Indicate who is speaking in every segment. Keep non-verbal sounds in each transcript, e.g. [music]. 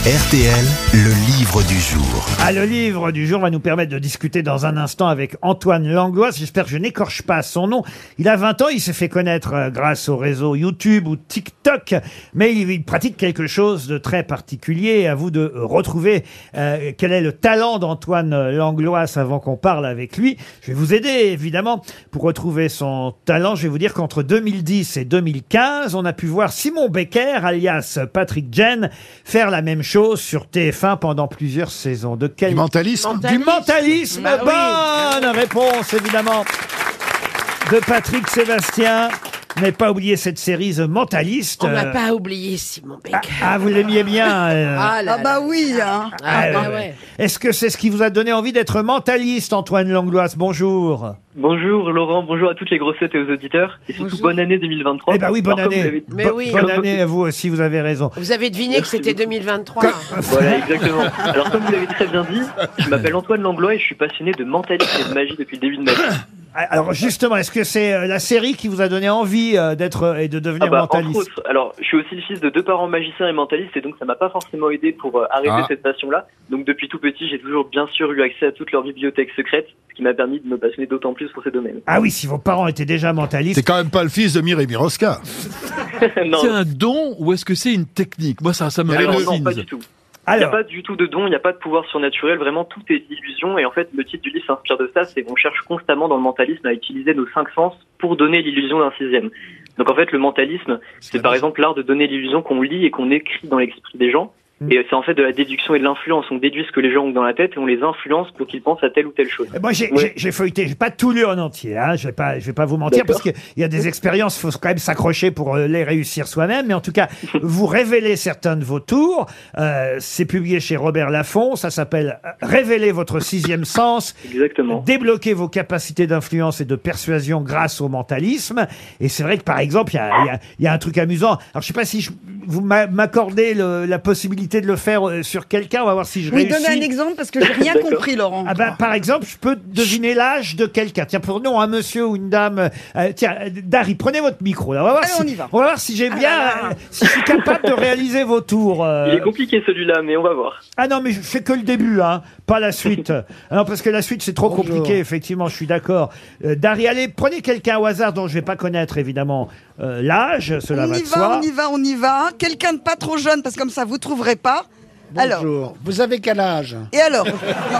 Speaker 1: RTL, le livre du jour.
Speaker 2: Ah, le livre du jour va nous permettre de discuter dans un instant avec Antoine Langlois. J'espère que je n'écorche pas son nom. Il a 20 ans, il s'est fait connaître euh, grâce au réseau YouTube ou TikTok, mais il, il pratique quelque chose de très particulier. À vous de retrouver euh, quel est le talent d'Antoine Langlois avant qu'on parle avec lui. Je vais vous aider, évidemment, pour retrouver son talent. Je vais vous dire qu'entre 2010 et 2015, on a pu voir Simon Becker, alias Patrick Jen, faire la même chose sur TF1 pendant plusieurs saisons. De quel...
Speaker 3: Du mentalisme
Speaker 2: Du mentalisme.
Speaker 4: Bah
Speaker 2: Bonne réponse, évidemment, de Patrick Sébastien. N'ai pas oublié cette série The Mentalist.
Speaker 4: On m'a
Speaker 2: Euh,
Speaker 4: pas Ah, oublié Simon
Speaker 2: ah,
Speaker 4: Becker.
Speaker 2: ah, vous l'aimiez bien. euh.
Speaker 4: là là.
Speaker 5: oui, hein.
Speaker 4: Ah,
Speaker 2: Ah,
Speaker 4: bah
Speaker 2: ouais, ouais.
Speaker 4: ouais.
Speaker 2: Est-ce que c'est ce qui vous a donné envie d'être mentaliste, Antoine Langlois Bonjour.
Speaker 6: Bonjour Laurent, bonjour à toutes les grossettes et aux auditeurs. Et surtout
Speaker 4: Bonjour.
Speaker 6: bonne année 2023.
Speaker 2: Eh ben oui, bonne
Speaker 6: Alors, comme vous
Speaker 2: année.
Speaker 6: avez-
Speaker 4: Mais
Speaker 2: Bo-
Speaker 4: oui.
Speaker 2: Bonne année à vous aussi, vous avez raison.
Speaker 4: Vous avez deviné que
Speaker 6: Merci
Speaker 4: c'était
Speaker 6: beaucoup.
Speaker 4: 2023.
Speaker 2: [laughs]
Speaker 6: Voilà, exactement. Alors comme vous l'avez très bien dit, je m'appelle Antoine Langlois et je suis passionné de mentalité et de magie depuis le début de ma vie.
Speaker 2: Ah, Alors justement, est-ce que c'est euh, la série qui vous a donné envie euh, d'être euh, et de devenir
Speaker 6: Ah bah, entre
Speaker 2: mentaliste
Speaker 6: autres, alors je suis aussi le fils de deux parents magiciens et mentalistes et donc ça m'a pas forcément aidé pour euh, arriver
Speaker 3: Ah.
Speaker 6: à cette passion-là. Donc depuis tout petit, j'ai toujours bien sûr eu accès à toute leur bibliothèque secrète, ce qui m'a permis de me passionner d'autant plus pour ces domaines. [laughs]
Speaker 2: Ah oui, si vos parents étaient déjà mentalistes.
Speaker 3: C'est quand même pas le fils de Mireille Mirosca.
Speaker 6: non,
Speaker 7: C'est un don ou est-ce que c'est une technique Moi, ça, ça me
Speaker 3: Il y a les
Speaker 6: alors,
Speaker 3: deux.
Speaker 6: non,
Speaker 7: fascine.
Speaker 6: pas du tout. Il n'y a
Speaker 2: Alors,
Speaker 6: pas du tout de don, il n'y a pas de pouvoir surnaturel, vraiment tout est illusion. Et en fait, le titre du livre s'inspire de ça, c'est qu'on cherche constamment dans le mentalisme à utiliser nos cinq sens pour donner l'illusion d'un sixième. Donc en fait, le mentalisme,
Speaker 2: Ah,
Speaker 6: c'est par exemple l'art de donner l'illusion qu'on lit et qu'on écrit dans l'esprit des gens.
Speaker 2: Mm.
Speaker 6: Et c'est en fait de la déduction et de l'influence. On déduit ce que les gens ont dans la tête et on les influence pour qu'ils pensent à telle ou telle chose.
Speaker 2: moi j'ai
Speaker 6: Ouais.
Speaker 2: j'ai- j'ai feuilleté, j'ai pas tout lu en entier, hein, je vais pas, je vais pas vous mentir parce
Speaker 6: D'accord.
Speaker 2: qu'il y a des expériences, faut quand même s'accrocher pour euh, les réussir soi-même. Mais en tout cas, vous révélez certains de vos tours. Euh, C'est publié chez Robert Laffont, ça s'appelle euh, Révéler votre sixième sens.
Speaker 6: Exactement.
Speaker 2: débloquer vos capacités d'influence et de persuasion grâce au mentalisme. Et c'est vrai que, par exemple, il y a, il y a- il y a un truc amusant. Alors, je sais pas si je- vous m'a- m'accordez le- la possibilité de le faire euh, sur quelqu'un. On va voir si je
Speaker 5: Oui,
Speaker 2: réussis.
Speaker 5: donnez un exemple parce que j'ai rien
Speaker 6: D'accord.
Speaker 5: compris, Laurent.
Speaker 2: Ah bah, par exemple, je peux deviner l'âge de quelqu'un. Tiens, prenons un monsieur ou une dame. Euh, tiens, euh, Dari, prenez votre micro. Là. On va voir
Speaker 5: Allez,
Speaker 2: si,
Speaker 5: on y va. Ah
Speaker 2: voir si j'ai bien,
Speaker 5: là là.
Speaker 2: euh, si je suis capable de réaliser vos tours. euh.
Speaker 6: Il est compliqué celui-là, mais on va voir.
Speaker 2: Ah non, mais je fais que le début, hein, pas la
Speaker 6: [laughs]
Speaker 2: suite. Alors parce que la suite c'est trop compliqué, effectivement, je suis d'accord. Euh, Dari, allez, prenez quelqu'un au hasard dont je vais pas connaître évidemment euh, l'âge, cela
Speaker 5: on
Speaker 2: va
Speaker 5: y
Speaker 2: de soi.
Speaker 5: va, on y va, on y va. Quelqu'un de pas trop jeune parce que comme ça vous trouverez pas. Alors,
Speaker 8: Bonjour. Vous avez quel âge
Speaker 5: et alors Non,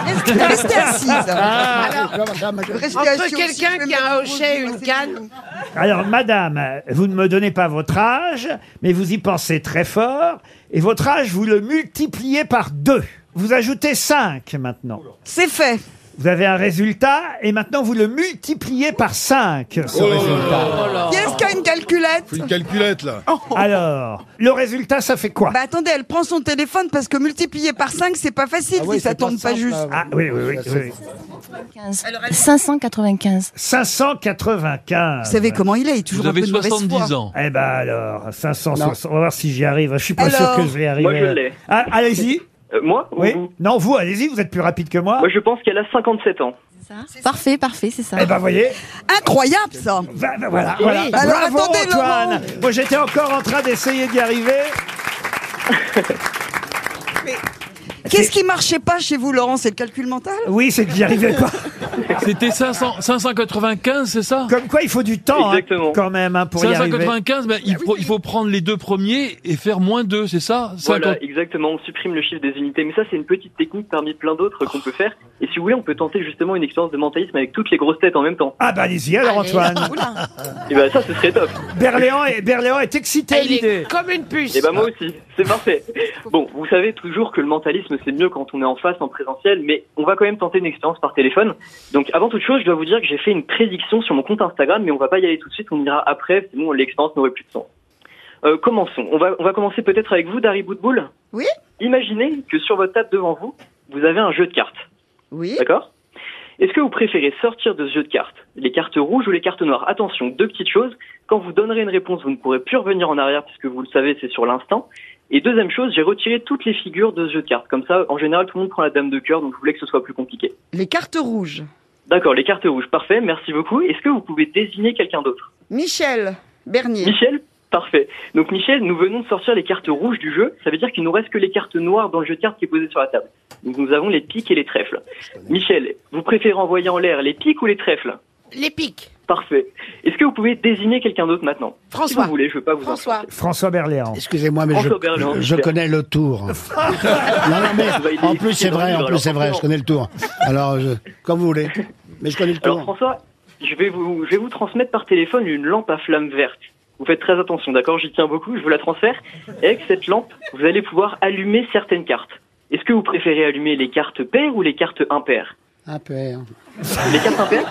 Speaker 5: restez, restez assise.
Speaker 8: Je vais avoir ça, ma-
Speaker 5: Restez
Speaker 4: Entre
Speaker 5: assise aussi, je
Speaker 4: quelqu'un
Speaker 5: vais
Speaker 4: qui a un
Speaker 5: mettre-
Speaker 4: hochet et
Speaker 5: je vais
Speaker 4: une
Speaker 5: passer-
Speaker 4: canne,
Speaker 2: Alors madame, euh, vous ne me donnez pas votre âge, mais vous y pensez très fort et votre âge vous le multipliez par deux. Vous ajoutez 5 maintenant.
Speaker 5: C'est fait.
Speaker 2: Vous avez un résultat et maintenant vous le multipliez par 5 ce résultat.
Speaker 4: Oh.
Speaker 5: Qui est-ce qui a une calculette
Speaker 3: Faut une calculette, là.
Speaker 2: Alors, le résultat ça fait quoi
Speaker 5: Bah attendez, elle prend son téléphone parce que multiplier par 5, c'est pas facile
Speaker 8: Ah oui,
Speaker 5: si ça
Speaker 8: c'est pas
Speaker 5: tombe pas,
Speaker 8: simple,
Speaker 5: juste.
Speaker 8: là.
Speaker 2: Ah oui, oui, oui.
Speaker 8: C'est
Speaker 2: oui.
Speaker 9: 595.
Speaker 2: 595.
Speaker 5: Vous savez comment il est, il est toujours
Speaker 7: Vous
Speaker 5: un peu
Speaker 7: avez
Speaker 5: de mauvaise
Speaker 7: 70
Speaker 5: foi.
Speaker 7: ans.
Speaker 2: Eh ben alors, 560. On va voir si j'y arrive. Je suis pas
Speaker 5: Alors
Speaker 2: sûr que je vais y arriver.
Speaker 6: Moi, je l'ai.
Speaker 2: Ah, allez-y.
Speaker 6: Euh, moi ou
Speaker 2: Oui.
Speaker 6: vous
Speaker 2: Non, vous, allez-y. Vous êtes plus rapide que moi.
Speaker 6: Moi, je pense qu'elle a 57 ans.
Speaker 9: Parfait, parfait, c'est ça.
Speaker 2: Eh ben, voyez.
Speaker 5: Incroyable ça.
Speaker 2: Va- va- voilà, voilà.
Speaker 5: Alors,
Speaker 2: Bravo,
Speaker 5: attendez,
Speaker 2: Antoine.
Speaker 5: Laurent.
Speaker 2: Moi, j'étais encore en train d'essayer d'y arriver.
Speaker 5: Qu'est-ce qui marchait pas chez vous, Laurent C'est le calcul mental
Speaker 2: Oui, c'est que j'y arrivais
Speaker 5: [laughs]
Speaker 2: pas.
Speaker 7: C'était 500 595, c'est ça
Speaker 2: Comme quoi, il faut du temps, hein,
Speaker 6: Exactement.
Speaker 2: quand même, hein, pour y arriver.
Speaker 7: 595, ben, il, faut, il faut prendre les deux premiers et faire moins deux, c'est ça
Speaker 6: Voilà,
Speaker 7: 50.
Speaker 6: exactement, on supprime le chiffre des unités, mais ça c'est une petite technique parmi plein d'autres qu'on peut faire. Et si vous voulez, on peut tenter justement une expérience de mentalisme avec toutes les grosses têtes en même temps.
Speaker 2: Ah bah allez-y alors
Speaker 4: Allez. [laughs]
Speaker 2: Antoine.
Speaker 6: Et ben ça ce serait top.
Speaker 2: Berléand est, Berléand est excité à
Speaker 4: il
Speaker 2: l'idée.
Speaker 4: est comme une puce.
Speaker 6: Et ben moi aussi, c'est parfait. Bon, vous savez toujours que le mentalisme c'est mieux quand on est en face, en présentiel, mais on va quand même tenter une expérience par téléphone. Donc avant toute chose, je dois vous dire que j'ai fait une prédiction sur mon compte Instagram, mais on va pas y aller tout de suite, on ira après, sinon l'expérience n'aurait plus de sens. Euh, commençons. On va, on va commencer peut-être avec vous, Dari Boutboul.
Speaker 5: Oui.
Speaker 6: Imaginez que sur votre table devant vous, vous avez un jeu de cartes.
Speaker 5: Oui.
Speaker 6: D'accord Est-ce que vous préférez sortir de ce jeu de cartes Les cartes rouges ou les cartes noires Attention, deux petites choses. Quand vous donnerez une réponse, vous ne pourrez plus revenir en arrière puisque vous le savez, c'est sur l'instant. Et deuxième chose, j'ai retiré toutes les figures de ce jeu de cartes. Comme ça, en général, tout le monde prend la dame de cœur, donc je voulais que ce soit plus compliqué.
Speaker 5: Les cartes rouges.
Speaker 6: D'accord, les cartes rouges, parfait, merci beaucoup. Est-ce que vous pouvez désigner quelqu'un d'autre
Speaker 5: Michel Bernier.
Speaker 6: Michel Parfait. Donc Michel, nous venons de sortir les cartes rouges du jeu. Ça veut dire qu'il nous reste que les cartes noires dans le jeu de cartes qui est posé sur la table. Donc nous avons les piques et les trèfles. Michel, vous préférez envoyer en l'air les piques ou les trèfles
Speaker 4: Les pics.
Speaker 6: Parfait. Est-ce que vous pouvez désigner quelqu'un d'autre maintenant Si
Speaker 4: François.
Speaker 6: vous voulez, je veux pas vous
Speaker 4: François.
Speaker 2: François
Speaker 8: [laughs]
Speaker 2: Berléand.
Speaker 8: Excusez-moi, mais je,
Speaker 6: François Berléand,
Speaker 8: je- je
Speaker 6: super.
Speaker 8: connais
Speaker 6: [laughs]
Speaker 8: le tour. non, non, mais en plus c'est vrai, en plus c'est vrai, je connais le tour. Alors, je- comme vous voulez. Mais je connais le
Speaker 6: Alors
Speaker 8: tour.
Speaker 6: François, je vais vous, je vais vous transmettre par téléphone une lampe à flamme verte. Vous faites très attention, d'accord J'y tiens beaucoup, je vous la transfère. Et avec cette lampe, vous allez pouvoir allumer certaines cartes. Est-ce que vous préférez allumer les cartes paires ou les cartes impaires
Speaker 8: Un peu. hein.
Speaker 6: Les cartes impaires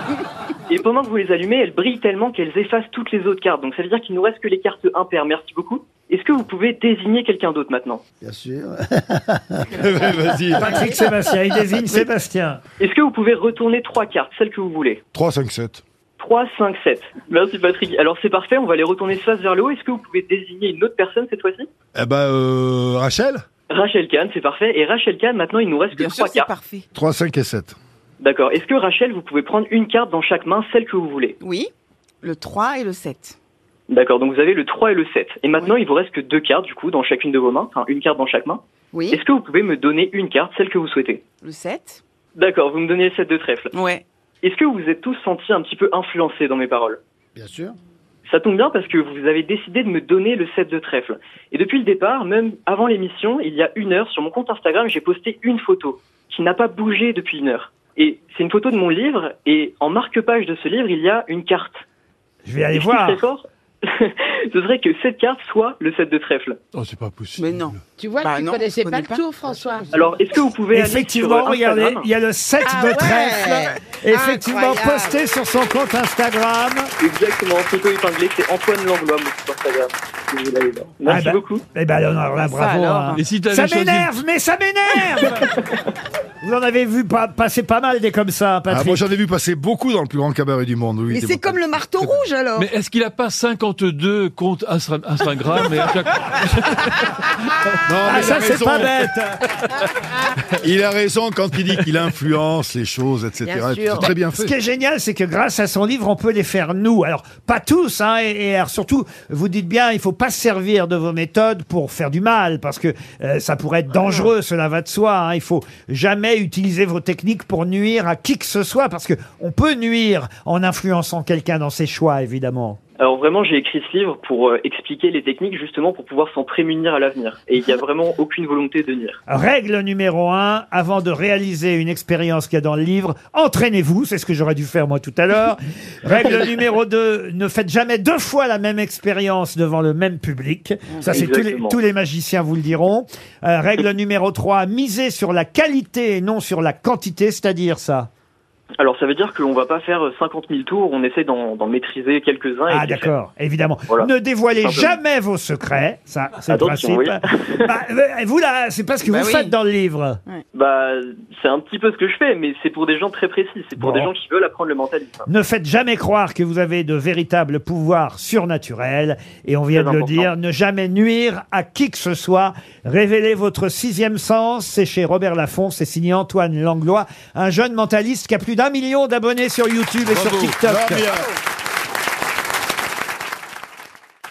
Speaker 6: Et pendant que vous les allumez, elles brillent tellement qu'elles effacent toutes les autres cartes. Donc ça veut dire qu'il nous reste que les cartes impaires. Merci beaucoup. Est-ce que vous pouvez désigner quelqu'un d'autre maintenant
Speaker 8: Bien sûr.
Speaker 3: Eh ben, Vas-y.
Speaker 2: Patrick Sébastien, il désigne Sébastien.
Speaker 6: Est-ce que vous pouvez retourner trois cartes, celles que vous voulez
Speaker 3: 3, 5, 7.
Speaker 6: 3, 5, 7. Merci Patrick. Alors c'est parfait, on va les retourner face vers le haut. Est-ce que vous pouvez désigner une autre personne cette fois-ci
Speaker 3: Eh ben, euh, Rachel
Speaker 6: Rachel Kahn, c'est parfait. Et Rachel Kahn, maintenant, il nous reste que
Speaker 4: Bien sûr,
Speaker 6: trois
Speaker 4: c'est
Speaker 6: cartes.
Speaker 4: parfait.
Speaker 3: 3, 5 et 7.
Speaker 6: D'accord. Est-ce que Rachel, vous pouvez prendre une carte dans chaque main, celle que vous voulez
Speaker 4: Oui. Le 3 et le 7.
Speaker 6: D'accord. Donc vous avez le 3 et le 7. Et maintenant, il vous reste que deux cartes, du coup, dans chacune de vos mains. Enfin, une carte dans chaque main.
Speaker 4: Oui.
Speaker 6: Est-ce que vous pouvez me donner une carte, celle que vous souhaitez
Speaker 4: Le 7.
Speaker 6: D'accord, vous me donnez le 7 de trèfle.
Speaker 4: Ouais.
Speaker 6: Est-ce que vous vous êtes tous sentis un petit peu influencés dans mes paroles
Speaker 8: Bien sûr.
Speaker 3: Ah,
Speaker 6: Ça tombe bien parce que vous avez décidé de me donner le set de trèfle. Et depuis le départ, même avant l'émission, il y a une heure, sur mon compte Instagram, j'ai posté une photo qui n'a pas bougé depuis une heure. Et c'est une photo de mon livre, et en marque-page de ce livre, il y a une carte.
Speaker 2: Je vais
Speaker 6: Et
Speaker 2: aller
Speaker 6: ce qui
Speaker 2: voir.
Speaker 6: serait fort, [laughs] ce serait que cette carte soit le set de trèfle.
Speaker 7: Oh, c'est pas possible.
Speaker 4: Mais non.
Speaker 10: Tu vois,
Speaker 4: Bah
Speaker 10: tu
Speaker 4: non,
Speaker 10: connaissais
Speaker 4: je
Speaker 10: pas,
Speaker 4: connais
Speaker 10: le
Speaker 4: pas.
Speaker 10: tour, François.
Speaker 6: Alors, est-ce que vous pouvez aller
Speaker 2: Effectivement,
Speaker 6: sur euh, Instagram
Speaker 2: regardez, il y a le 7
Speaker 10: Ah
Speaker 2: de
Speaker 10: ouais
Speaker 2: trèfle. Effectivement,
Speaker 10: Incroyable.
Speaker 2: posté sur son compte Instagram.
Speaker 6: Exactement, photo épinglée, c'est Antoine Langlois, mon compte Instagram. Si vous voulez aller voir. Merci
Speaker 2: bah,
Speaker 6: beaucoup.
Speaker 2: Eh ben alors là,
Speaker 4: Ça,
Speaker 2: bravo.
Speaker 4: alors,
Speaker 2: hein.
Speaker 7: Et si t'avais
Speaker 2: Ça
Speaker 7: choisi-
Speaker 2: m'énerve, mais ça m'énerve Vous en avez vu pas- passer pas mal des comme ça,
Speaker 3: Ah, moi,
Speaker 2: Patrick.
Speaker 3: j'en ai vu passer beaucoup dans le plus grand cabaret du monde. Oui,
Speaker 5: Mais
Speaker 3: des
Speaker 5: c'est
Speaker 3: bons
Speaker 5: comme le marteau rouge alors.
Speaker 7: Mais est-ce qu'il a pas 52 comptes Instra- Instagram et à chaque-
Speaker 3: Non, mais
Speaker 2: ah,
Speaker 3: il a
Speaker 2: ça, c'est
Speaker 3: raison.
Speaker 2: pas
Speaker 3: [laughs]
Speaker 2: bête
Speaker 3: Il a raison quand il dit qu'il influence les choses, etc.
Speaker 10: Bien
Speaker 3: Et puis,
Speaker 10: sûr.
Speaker 3: C'est très bien
Speaker 2: Ce
Speaker 3: fait.
Speaker 2: qui est génial, c'est que grâce à son livre, on peut les faire nous. Alors, pas tous, hein, et, et alors surtout, vous dites bien, il faut pas se servir de vos méthodes pour faire du mal, parce que euh, ça pourrait être dangereux, cela va de soi. Hein. Il faut jamais utiliser vos techniques pour nuire à qui que ce soit, parce que on peut nuire en influençant quelqu'un dans ses choix, évidemment.
Speaker 6: Alors vraiment, j'ai écrit ce livre pour euh, expliquer les techniques justement pour pouvoir s'en prémunir à l'avenir. Et il
Speaker 2: [laughs]
Speaker 6: n'y a vraiment aucune volonté de nuire.
Speaker 2: Règle numéro un, avant de réaliser une expérience qu'il y a dans le livre, entraînez-vous, c'est ce que j'aurais dû faire moi tout à
Speaker 4: [laughs]
Speaker 2: l'heure. Règle numéro deux, ne faites jamais deux fois la même expérience devant le même public. Ça, c'est tous les,
Speaker 6: Exactement.
Speaker 2: tous les magiciens vous le diront. Euh, règle numéro trois, misez sur la qualité et non sur la quantité, c'est-à-dire ça.
Speaker 6: Alors ça veut dire qu'on va pas faire euh, 50 000 tours, on essaie d'en d'en maîtriser quelques-uns. et
Speaker 2: Ah
Speaker 6: de les
Speaker 2: d'accord, évidemment.
Speaker 6: Voilà.
Speaker 2: Ne dévoilez
Speaker 6: Simplement.
Speaker 2: jamais vos secrets, ça, c'est le principe.
Speaker 6: Attention,
Speaker 2: Bah, euh, vous là, c'est pas ce que
Speaker 4: Bah
Speaker 2: vous
Speaker 4: oui.
Speaker 2: faites dans le livre.
Speaker 6: faire. Bah c'est un petit peu ce que je fais, mais c'est pour des gens très précis, c'est pour
Speaker 2: Bon.
Speaker 6: des gens qui veulent apprendre le mentalisme.
Speaker 2: Ne faites jamais croire que vous avez de véritables pouvoirs surnaturels. Et on vient de
Speaker 6: Très
Speaker 2: le
Speaker 6: important.
Speaker 2: dire, ne jamais nuire à qui que ce soit. Révélez votre sixième sens. C'est chez Robert Laffont. C'est signé Antoine Langlois, un jeune mentaliste qui a plus d'un million d'abonnés sur YouTube et sur
Speaker 7: Bravo.
Speaker 2: TikTok.
Speaker 3: Non, mais, euh,